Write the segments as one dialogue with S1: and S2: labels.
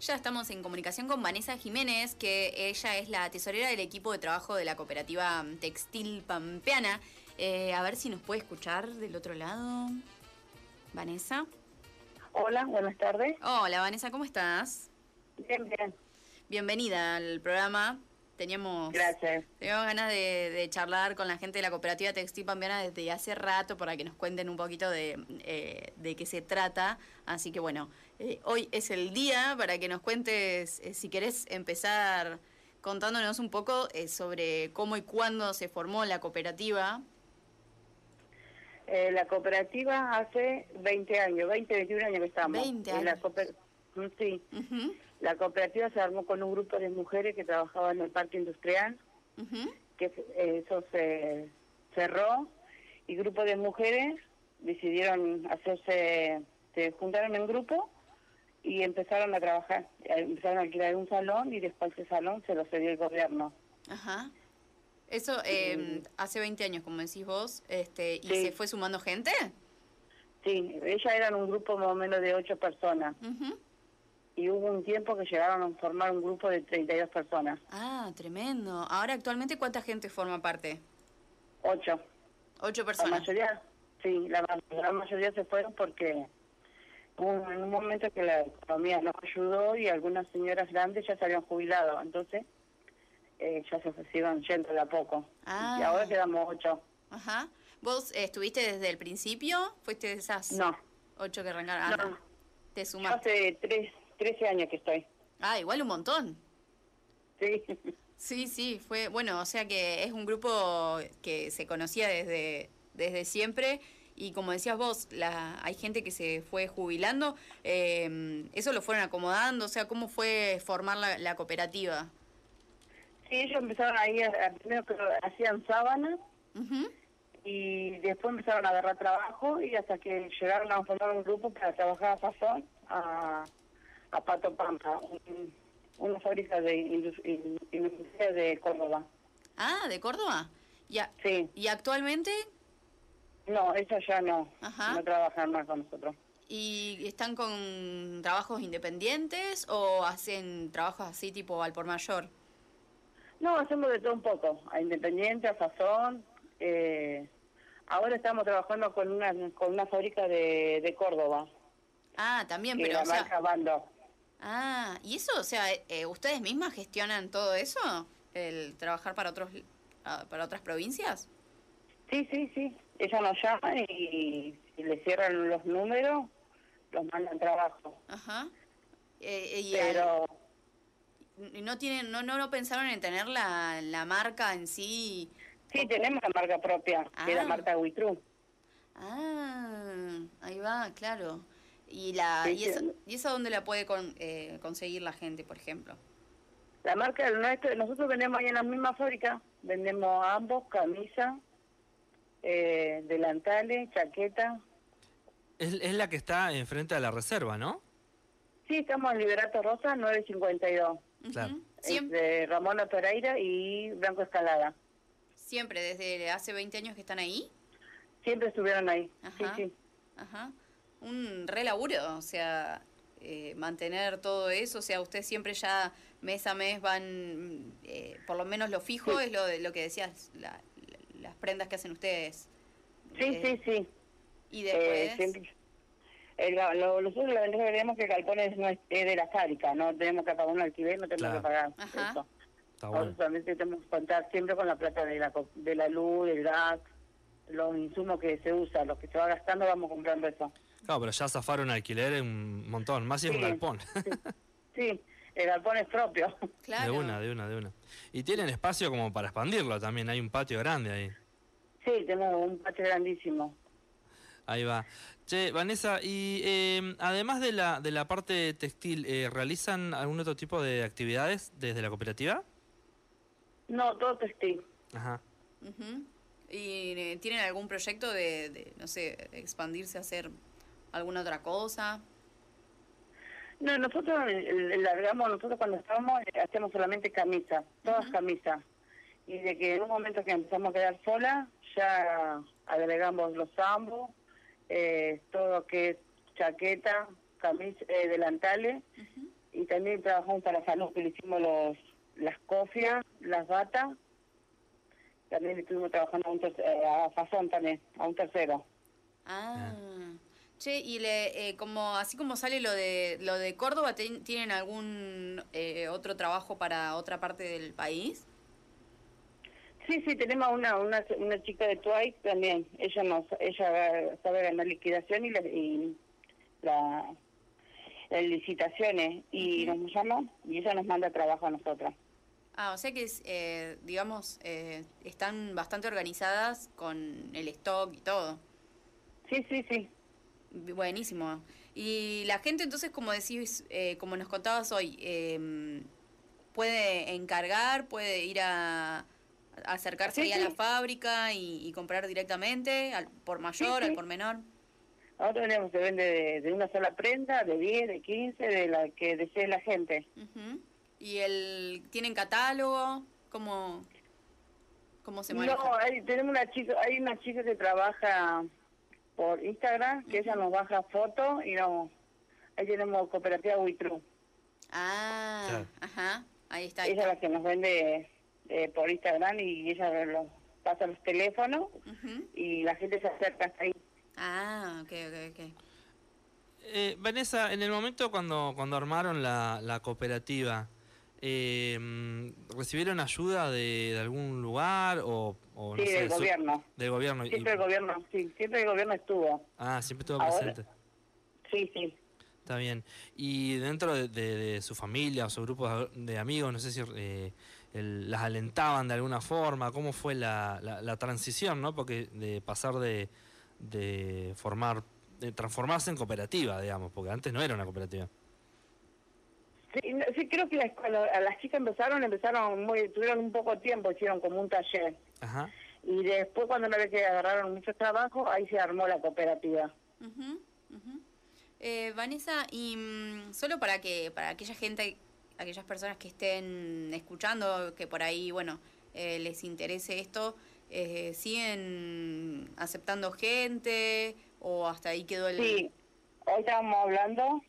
S1: Ya estamos en comunicación con Vanessa Jiménez, que ella es la tesorera del equipo de trabajo de la cooperativa mm, Textil Pampeana. Eh, a ver si nos puede escuchar del otro lado. Vanessa.
S2: Hola, buenas tardes.
S1: Hola Vanessa, ¿cómo estás?
S2: Bien, bien.
S1: Bienvenida al programa. Teníamos,
S2: Gracias.
S1: teníamos ganas de, de charlar con la gente de la cooperativa Textil Pampeana desde hace rato para que nos cuenten un poquito de, eh, de qué se trata. Así que bueno, eh, hoy es el día para que nos cuentes, eh, si querés empezar contándonos un poco eh, sobre cómo y cuándo se formó la cooperativa.
S2: Eh, la cooperativa hace 20 años, 20, 21 años que estamos.
S1: 20
S2: Y La
S1: años.
S2: cooper- Mm, sí,
S1: Ujú,
S2: la cooperativa se armó con un grupo de mujeres que trabajaban en el parque industrial,
S1: ujú,
S2: que eh, eso se cerró, y grupo de mujeres decidieron hacerse, se juntaron en grupo y empezaron a trabajar, Eh, empezaron a alquilar un salón y después ese salón se lo cedió el gobierno.
S1: Ajá. Eso eh, hace 20 años, como decís vos, este, y
S2: Sí.
S1: se fue sumando gente.
S2: Sí, ellas eran un grupo más o menos de ocho personas.
S1: Ujú.
S2: y hubo un tiempo que llegaron a formar un grupo de 32 personas,
S1: Ah, tremendo. Ahora actualmente, ¿cuánta gente forma parte?
S2: ocho.
S1: Ocho
S2: La
S1: personas.
S2: mayoría, sí, la, ma- la mayoría se fueron porque hubo un- en un momento que la economía no ayudó y algunas señoras grandes ya se habían jubilado, entonces eh, ya se fueron yendo de a poco.
S1: Ah.
S2: Y ahora quedamos ocho.
S1: Ajá. ¿Vos eh, estuviste desde el principio? ¿Fuiste de esas
S2: No,
S1: ocho que arrancaron? Ah,
S2: No.
S1: no. Te
S2: yo
S1: sumaste.
S2: hace tres, 13 años que estoy.
S1: Ah, igual un montón.
S2: Sí,
S1: Sí, sí, fue, bueno, o sea que es un grupo que se conocía desde, desde siempre y como decías vos, la, hay gente que se fue jubilando, eh, eso lo fueron acomodando, o sea, ¿cómo fue formar la, la cooperativa?
S2: sí ellos empezaron ahí, a- a- primero que hacían sábanas,
S1: Ujú.
S2: y después empezaron a agarrar trabajo y hasta que llegaron a formar un grupo para trabajar a Sazón, a, a Pato Pampa, un- una fábrica de indus- in- industria de Córdoba.
S1: Ah, ¿de Córdoba? Y, a-
S2: Sí,
S1: y actualmente,
S2: no, eso ya no,
S1: Ajá.
S2: no trabajan más con nosotros.
S1: ¿y están con trabajos independientes o hacen trabajos así tipo al por mayor?
S2: No, hacemos de todo un poco, a Independiente, a Sazón. eh, ahora estamos trabajando con una con una fábrica de, de Córdoba,
S1: Ah, también,
S2: que
S1: pero
S2: la
S1: o sea,
S2: marca Bando.
S1: Ah, ¿y eso? O sea, eh, eh, ¿ustedes mismas gestionan todo eso? ¿El trabajar para otros ah, para otras provincias?
S2: Sí, sí, sí. Ellos nos llaman y, y le cierran los números, los mandan trabajo.
S1: Ajá. Eh, eh, y al-
S2: Pero
S1: y no tienen no no no pensaron en tener la, la marca en sí.
S2: sí, tenemos la marca propia, que es
S1: Ah.
S2: la marca Huitrú.
S1: Ah, ahí va, claro. Y la
S2: Sí,
S1: y esa,
S2: sí.
S1: y esa dónde la puede con- eh, conseguir la gente, por ejemplo.
S2: La marca del nuestro, nosotros vendemos ahí en la misma fábrica, vendemos ambos, camisa, eh, delantales, chaqueta.
S3: Es, es la que está enfrente a la reserva, ¿no?
S2: Sí, estamos en Liberato Rosa 952,
S1: Ujú.
S3: Claro.
S1: Siem-
S2: entre Este, Ramona Pereira y Blanco Escalada.
S1: siempre desde hace 20 años que están ahí.
S2: Siempre estuvieron ahí.
S1: Ajá.
S2: Sí, sí.
S1: Ajá. Un re laburo, o sea, eh, mantener todo eso, o sea, ustedes siempre ya mes a mes van, eh, por lo menos lo fijo es lo, de- lo que decías, la- la- las prendas que hacen ustedes.
S2: Sí,
S1: Eh,
S2: sí, sí.
S1: Y
S3: pues.
S2: Eh,
S1: después...
S2: siempre. El, ga- lo, nosotros la ventaja que tenemos es que el galpón es, no es, es de la fábrica, no tenemos que pagar un alquiler, no tenemos
S3: Claro.
S2: que pagar
S1: Ajá.
S2: eso.
S3: Está
S2: Nosotros
S3: bueno.
S2: solamente tenemos que contar siempre con la plata de la, co- de la luz, del gas, los insumos que se usan, los que se va gastando vamos comprando eso.
S3: Claro, pero ya zafaron alquiler un montón, más si es un
S2: Sí.
S3: galpón.
S2: Sí, el galpón es propio.
S1: claro.
S3: De una, de una, de una. Y tienen espacio como para expandirlo también, hay un patio grande ahí.
S2: Sí, tenemos un patio grandísimo.
S3: Ahí va. Che, Vanessa, y eh, además de la, de la parte textil, eh, ¿realizan algún otro tipo de actividades desde la cooperativa?
S2: No, todo textil.
S3: Ajá.
S1: Ujú. ¿Y eh, tienen algún proyecto de, de, no sé, expandirse a hacer alguna otra cosa?
S2: No, nosotros el- el- largamos, nosotros cuando estábamos eh, hacíamos solamente camisas, todas camisas. Y de que en un momento que empezamos a quedar sola, ya agregamos los ambos, eh, todo lo que es chaqueta, camis, eh, delantales, y también trabajamos para salud, que le hicimos los, las cofias, las batas. También estuvimos trabajando a, un ter- eh, a Fasón también, a un tercero.
S1: Ah. Che, y le, eh, como, así como sale lo de, lo de Córdoba, ¿ten- ¿tienen algún eh, otro trabajo para otra parte del país?
S2: Sí, sí, tenemos una, una, una chica de Twice también. Ella nos, ella va- sabe ganar liquidación y, la, y la- las licitaciones. Y nos llama y ella nos manda trabajo a nosotras.
S1: Ah, o sea que, es, eh, digamos, eh, están bastante organizadas con el stock y todo.
S2: Sí, sí, sí.
S1: Buenísimo. Y la gente entonces, como decís, eh, como nos contabas hoy, eh, puede encargar, puede ir a, a acercarse
S2: Sí,
S1: ahí a la
S2: sí.
S1: fábrica y, y comprar directamente, al por mayor,
S2: Sí,
S1: al
S2: sí.
S1: por menor.
S2: Ahora tenemos, se vende de, de una sola prenda, de 10, de 15, de la que desee la gente.
S1: Ujú. ¿Y el, tienen catálogo? ¿Cómo, cómo se maneja?
S2: No, hay, tenemos una chica, hay una chica que trabaja por Instagram, que ella nos baja fotos y no, ahí tenemos cooperativa Witru.
S1: Ah,
S3: Claro.
S1: ajá, ahí está. ahí
S2: Ella es
S1: está.
S2: la que nos vende eh, por Instagram y ella lo- pasa los teléfonos
S1: Ujú.
S2: y la gente se acerca hasta ahí.
S1: Ah, ok, ok, ok.
S3: Eh, Vanessa, en el momento cuando, cuando armaron la, la cooperativa, eh, mm, ¿recibieron ayuda de, de algún lugar o, o no
S2: Sí,
S3: sé,
S2: del
S3: su-
S2: gobierno.
S3: Del gobierno. y-
S2: Siempre el gobierno, sí, siempre el gobierno estuvo.
S3: Ah, siempre estuvo
S2: Ahora-
S3: presente.
S2: Sí, sí.
S3: Está bien. Y dentro de, de- de su familia o su grupo de amigos, no sé si eh, el- las alentaban de alguna forma, ¿cómo fue la, la- la transición, no? Porque de pasar de, de formar, de transformarse en cooperativa, digamos, porque antes no era una cooperativa.
S2: Sí, no- sí, creo que las- cuando a las chicas empezaron, empezaron muy, tuvieron un poco tiempo, hicieron como un taller.
S3: Ajá.
S2: Y después, cuando una vez que agarraron mucho trabajo, ahí se armó la cooperativa.
S1: Ujú, ujú. Eh, Vanessa, y mm, solo para que para aquella gente, aquellas personas que estén escuchando, que por ahí, bueno, eh, les interese esto, eh, ¿siguen aceptando gente o hasta ahí quedó el...?
S2: Sí, hoy estábamos hablando,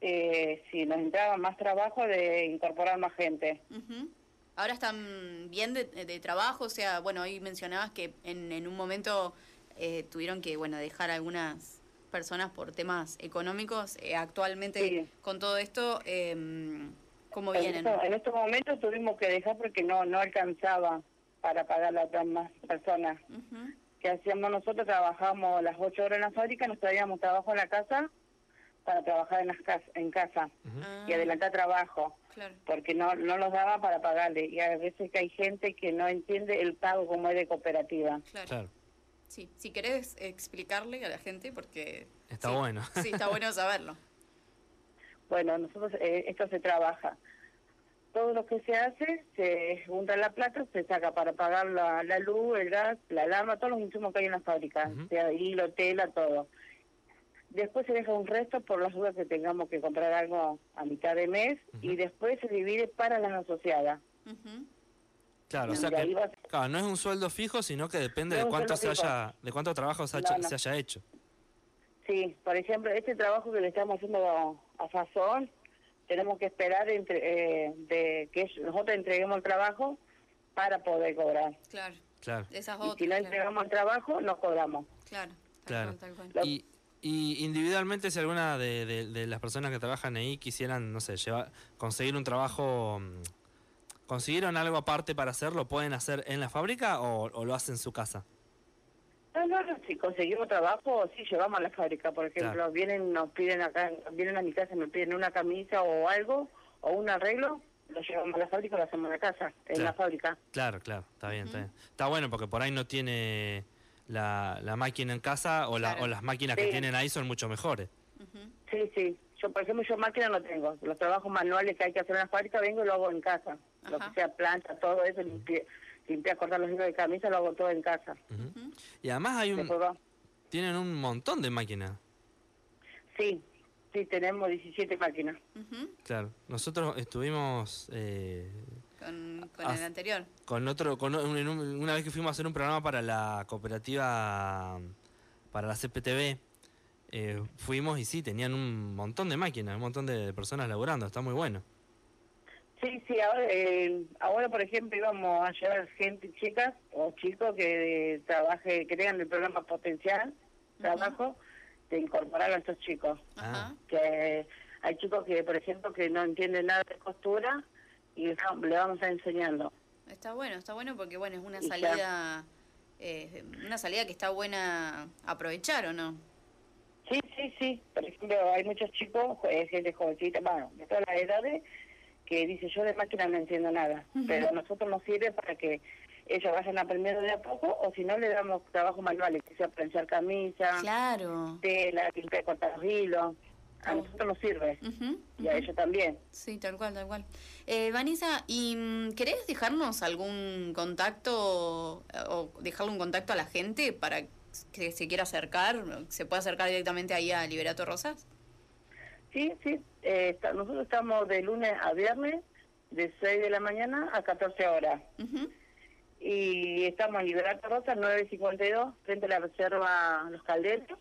S2: eh, si nos entraba más trabajo, de incorporar más gente.
S1: Ujú. Ahora están bien de, de trabajo, o sea, bueno, hoy mencionabas que en, en un momento eh, tuvieron que, bueno, dejar algunas personas por temas económicos. Eh, actualmente,
S2: Sí.
S1: con todo esto, em, ¿cómo
S2: En,
S1: vienen?
S2: esto- en estos momentos tuvimos que dejar porque no, no alcanzaba para pagar a otras más personas.
S1: Ujú.
S2: que hacíamos nosotros, trabajábamos las ocho horas en la fábrica, nos traíamos trabajo a la casa para trabajar en, las cas- en casa
S1: Ah,
S2: y adelantar trabajo,
S1: Claro.
S2: porque no, no nos daba para pagarle. Y a veces que hay gente que no entiende el pago como es de cooperativa.
S1: Claro.
S3: Claro.
S1: Sí, si querés explicarle a la gente, porque.
S3: Está
S1: sí,
S3: bueno.
S1: Sí, está bueno saberlo.
S2: Bueno, nosotros eh, esto se trabaja. Todo lo que se hace, se junta la plata, se saca para pagar la, la luz, el gas, la alarma, todos los insumos que hay en las fábricas,
S3: Ujú.
S2: sea hilo, tela, todo. Después se deja un resto por las dudas que tengamos que comprar algo a mitad de mes y después se divide para las asociadas.
S1: Ujú.
S3: Claro, o
S2: Y
S3: sea
S2: de ahí
S3: que
S2: va-
S3: claro, no es un sueldo fijo, sino que depende
S2: No es
S3: de
S2: un
S3: cuánto se
S2: sueldo fijo.
S3: haya, de cuánto trabajo se, ha
S2: No,
S3: hecho-
S2: no.
S3: se haya hecho.
S2: Sí, por ejemplo, este trabajo que le estamos haciendo a, a Sazón, tenemos que esperar entre, eh, de que ellos- nosotros entreguemos el trabajo para poder cobrar.
S1: Claro.
S3: Claro.
S1: Esas
S2: Y si no
S1: otras. Oh, claro.
S2: entregamos el trabajo, nos cobramos.
S1: Claro. Tal
S3: Claro.
S1: cual, tal cual.
S2: Lo-
S3: Y, y individualmente, si alguna de, de- de las personas que trabajan ahí quisieran, no sé, llevar, conseguir un trabajo, mm, ¿consiguieron algo aparte para hacer? ¿Lo pueden hacer en la fábrica o, o lo hacen en su casa?
S2: No, no, no, si conseguimos trabajo, sí llevamos a la fábrica, por ejemplo.
S3: Claro.
S2: Vienen, nos piden acá, vienen a mi casa, me piden una camisa o algo, o un arreglo, lo llevamos a la fábrica, lo hacemos en la casa, en
S3: Claro.
S2: la fábrica.
S3: Claro, claro, está bien, está bien. Está bueno porque por ahí no tiene la, la máquina en casa o, la-
S1: Claro.
S3: o las máquinas que
S2: Sí.
S3: tienen ahí son mucho mejores.
S1: Ujú.
S2: Sí, sí. Yo, por ejemplo, yo máquina no tengo. Los trabajos manuales que hay que hacer en la fábrica, vengo y lo hago en casa. Lo
S1: Ajá.
S2: que sea planta, todo eso, limpiar, limpiar, cortar los hilos de camisa, lo hago todo en casa.
S3: Y además hay un,
S2: Después va-
S3: tienen un montón de máquinas.
S2: Sí, sí, tenemos 17 máquinas.
S1: Ujú.
S3: Claro, nosotros estuvimos eh,
S1: Con, con
S3: Ah,
S1: el anterior.
S3: Con otro, con un- en un- una vez que fuimos a hacer un programa para la cooperativa, para la CPTV, eh, fuimos y sí, tenían un montón de máquinas, un montón de personas laburando, está muy bueno.
S2: Sí, sí, ahora, eh, ahora por ejemplo íbamos a llevar gente, chicas o chicos que eh, trabaje, que tengan el programa potencial, trabajo, de incorporar a estos chicos.
S3: Ah.
S1: Ajá.
S2: Que hay chicos que, por ejemplo, que no entienden nada de costura y le vamos- le vamos a enseñando.
S1: Está bueno, está bueno porque bueno, es una
S2: Y ya.
S1: salida, eh, una salida que está buena aprovechar o no.
S2: Sí, sí, sí. Por ejemplo, hay muchos chicos, eh, gente jovencita, bueno, de todas las edades, que dice yo de máquina no entiendo nada, pero a nosotros nos sirve para que ellos vayan aprendiendo de a poco o si no le damos trabajo manuales, que sea planchar camisa,
S1: Claro.
S2: tela, limpiar, cortar hilos. A
S1: Claro.
S2: nosotros nos sirve
S1: Ujú,
S2: y a
S1: ujú.
S2: ellos también.
S1: Sí, tal cual, tal cual. Eh, Vanessa, ¿y mm, querés dejarnos algún contacto eh, o dejarle un contacto a la gente para que se quiera acercar, se pueda acercar directamente ahí a Liberato Rosas?
S2: Sí, sí. eh, está- nosotros estamos de lunes a viernes, de 6 de la mañana a 14 horas.
S1: Ujú.
S2: y estamos en Liberato Rosa, 952, frente a la reserva Los Calderos.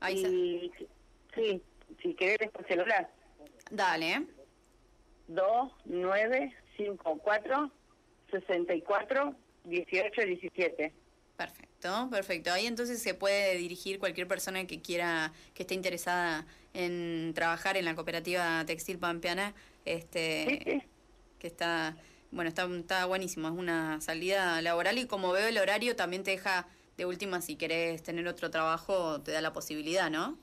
S1: Ahí
S2: y, Sí, si querés es por celular,
S1: se- Dale, ¿eh?
S2: 2954 64 18 17.
S1: Perfecto, perfecto. Ahí entonces se puede dirigir cualquier persona que quiera, que esté interesada en trabajar en la cooperativa textil pampeana,
S2: Sí,
S1: este,
S2: sí.
S1: que está, bueno, está, está buenísimo, es una salida laboral y como veo el horario también te deja de última si querés tener otro trabajo, te da la posibilidad, ¿no?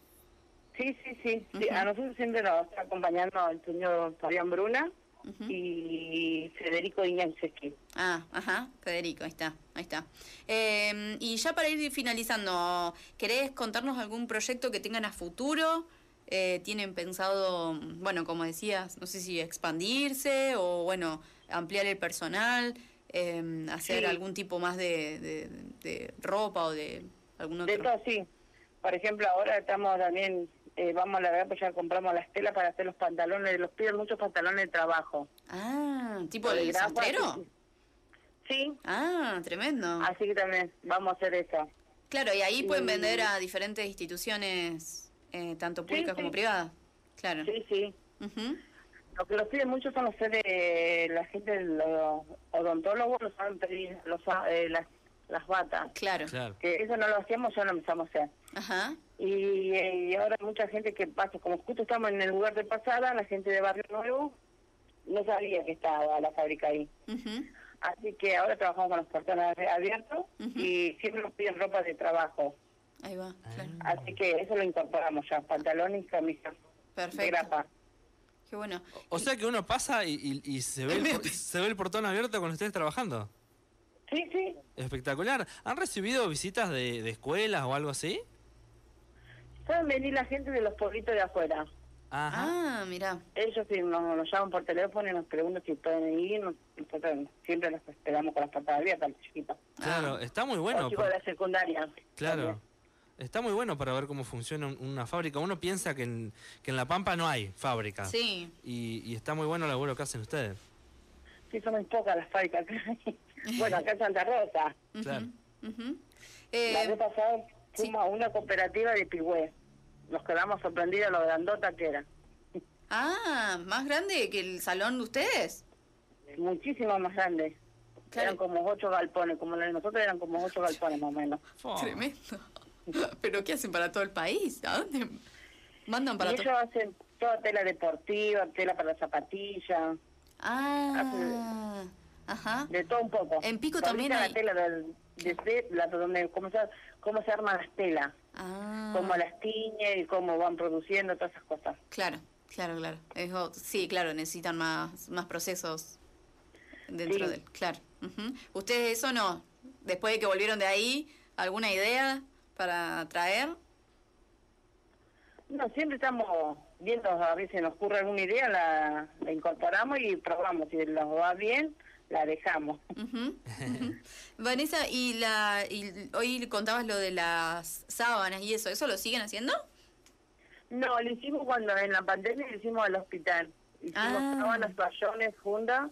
S2: Sí, sí, sí. sí,
S1: Ujú.
S2: A nosotros siempre nos está acompañando el señor Fabián Bruna
S1: Ujú.
S2: y Federico Iñansequi.
S1: Ah, ajá, Federico, ahí está, ahí está. Eh, y ya para ir finalizando, ¿querés contarnos algún proyecto que tengan a futuro? Eh, ¿Tienen pensado, bueno, como decías, no sé si expandirse o, bueno, ampliar el personal, eh, hacer
S2: Sí.
S1: algún tipo más de, de- de ropa o de algún otro?
S2: De todo, sí. Por ejemplo, ahora estamos también, eh, vamos a la verdad, pues ya compramos las telas para hacer los pantalones, los piden muchos pantalones de trabajo.
S1: Ah, tipo
S2: Lo de
S1: el
S2: grapa,
S1: sastero.
S2: sí, Sí,
S1: Ah, tremendo.
S2: así que también vamos a hacer eso.
S1: Claro, y ahí pueden
S2: y-
S1: vender a diferentes instituciones, eh, tanto públicas como
S2: sí.
S1: privadas. Claro.
S2: Sí, sí.
S1: Ujú.
S2: Lo que los piden mucho son los seres, la gente, los odontólogos los saben pedir los, eh, las, las batas.
S1: Claro.
S3: Claro.
S2: Que eso no lo hacíamos, ya lo empezamos a hacer.
S1: Ajá.
S2: Y, eh, y ahora mucha gente que pasa, como justo estamos en el lugar de pasada, la gente de Barrio Nuevo no sabía que estaba la fábrica ahí.
S1: Ujú.
S2: Así que ahora trabajamos con los portones abiertos
S1: Ujú.
S2: y siempre nos piden ropa de trabajo.
S1: Ahí va.
S3: Ah.
S1: Claro.
S2: Así que eso lo incorporamos ya, pantalones y camisas de
S1: Perfecto.
S2: grapa.
S1: Qué bueno.
S3: O sea que uno pasa y, y- y se, ve el, por- se ve el portón abierto con ustedes trabajando.
S2: Sí, sí,
S3: Espectacular. ¿Han recibido visitas de, de escuelas o algo así?
S2: saben venir la gente de los pueblitos de afuera.
S3: Ajá.
S1: Ah, mira.
S2: Ellos sí nos, nos llaman por teléfono y nos preguntan si pueden ir, nos- nosotros siempre los esperamos con las puertas abiertas, los chiquitos.
S3: claro, está muy bueno.
S2: los chicos
S3: por-
S2: de la secundaria.
S3: Claro.
S2: Ah, también.
S3: Está muy bueno para ver cómo funciona un- una fábrica. Uno piensa que en, que en La Pampa no hay fábrica.
S1: Sí.
S3: Y, y está muy bueno el laburo que hacen ustedes.
S2: Sí, son muy pocas las fábricas que hay. Bueno, acá en Santa Rosa.
S1: Ujú,
S3: Claro.
S1: ujú.
S2: La
S1: Eh,
S2: vez pasada
S1: sí.
S2: fuimos a una cooperativa de Pigüé. Nos quedamos sorprendidos lo grandota que era.
S1: ah, más grande que el salón de ustedes.
S2: Muchísimo más grande.
S1: Claro.
S2: Eran como ocho galpones, como la de nosotros eran como ocho galpones más o menos.
S3: Fua.
S1: Tremendo. Pero ¿qué hacen para todo el país? ¿A dónde mandan
S2: y
S1: para
S2: ellos
S1: todo?
S2: hacen toda tela deportiva, tela para zapatillas,
S1: Ah, ajá.
S2: de todo un poco.
S1: En Pico
S2: Fabrican
S1: también hay-
S2: la tela del- de, de- la- donde cómo se, cómo se arman las telas,
S1: Ah.
S2: cómo las tiñe y cómo van produciendo todas esas cosas.
S1: Claro, claro, claro. Es o- sí, claro, necesitan más, más procesos dentro
S2: Sí.
S1: del. Claro. Ujú. ¿Ustedes eso no? Después de que volvieron de ahí, ¿alguna idea para traer?
S2: No, siempre estamos viendo, a veces nos ocurre alguna idea, la, la incorporamos y probamos. Si nos va bien, la dejamos.
S1: Ujú, ujú. Vanessa, y, la, y hoy contabas lo de las sábanas y eso, ¿eso lo siguen haciendo?
S2: No, lo hicimos cuando en la pandemia lo hicimos al hospital. Hicimos
S1: Ah.
S2: sábanas, toallones, fundas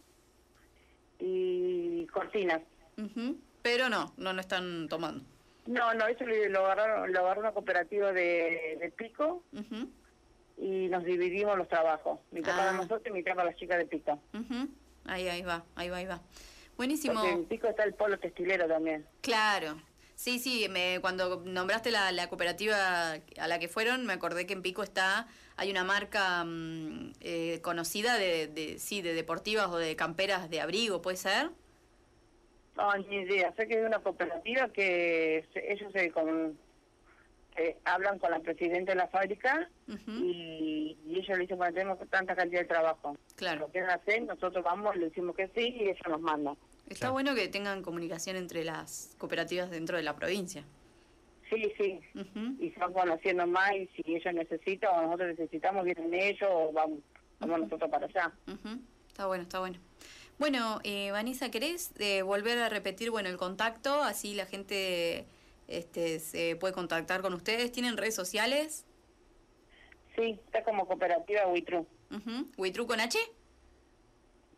S2: y cortinas.
S1: Ujú. Pero no, no lo están tomando.
S2: No, no, eso lo, lo agarraron, lo agarró una cooperativa de, de Pico
S1: Ujú,
S2: y nos dividimos los trabajos. Mi
S1: Ah.
S2: papá para nosotros y mi para las chicas de Pico.
S1: ujú. Ahí, ahí va, ahí va, ahí va. Buenísimo.
S2: Porque en Pico está el polo textilero también.
S1: Claro. Sí, sí, me, cuando nombraste la, la cooperativa a la que fueron, me acordé que en Pico está, hay una marca mm, eh, conocida de, de, sí, de deportivas o de camperas de abrigo, ¿puede ser?
S2: No, ni idea. Sé que es una cooperativa que se- ellos se con- eh, hablan con la presidenta de la fábrica
S1: Ujú,
S2: y, y ellos le dicen, bueno, tenemos tanta cantidad de trabajo.
S1: claro.
S2: Lo quieren hacer, nosotros vamos, le decimos que sí y ellos nos mandan.
S1: Está
S3: Claro.
S1: bueno que tengan comunicación entre las cooperativas dentro de la provincia.
S2: Sí, sí.
S1: Ujú,
S2: Y se van conociendo más y si ellos necesitan o nosotros necesitamos, vienen ellos o vamos, vamos nosotros para allá.
S1: ujú. Está bueno, está bueno. Bueno, eh, Vanessa, ¿querés eh, volver a repetir bueno el contacto? Así la gente este, se puede contactar con ustedes. ¿Tienen redes sociales?
S2: Sí, está como cooperativa Huitru.
S1: Ujú. ¿Huitrú con H?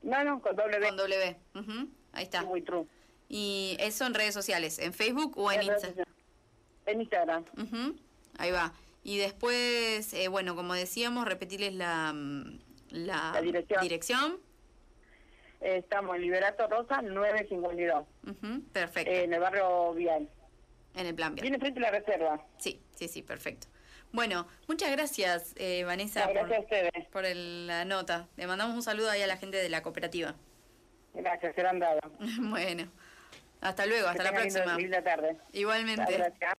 S2: No, no, con doble B,
S1: Con W. Ujú. Ahí está.
S2: Huitru.
S1: Y eso en redes sociales, en Facebook o en Instagram.
S2: En Instagram.
S1: Ujú. Ahí va. Y después, eh, bueno, como decíamos, repetirles la, mm, la,
S2: La dirección. Eh, estamos en Liberato Rosa 952,
S1: Ujú. Perfecto.
S2: eh, en el barrio Vial.
S1: en el plan bien.
S2: Viene frente a la reserva.
S1: Sí, sí, sí, perfecto. Bueno, muchas gracias, eh, Vanessa,
S2: No, gracias a
S1: por,
S2: ustedes.
S1: por el- la nota. Le mandamos un saludo ahí a la gente de la cooperativa.
S2: Gracias, serán dadas.
S1: bueno, hasta luego, hasta la próxima.
S2: Linda tarde.
S1: Igualmente.
S2: Gracias.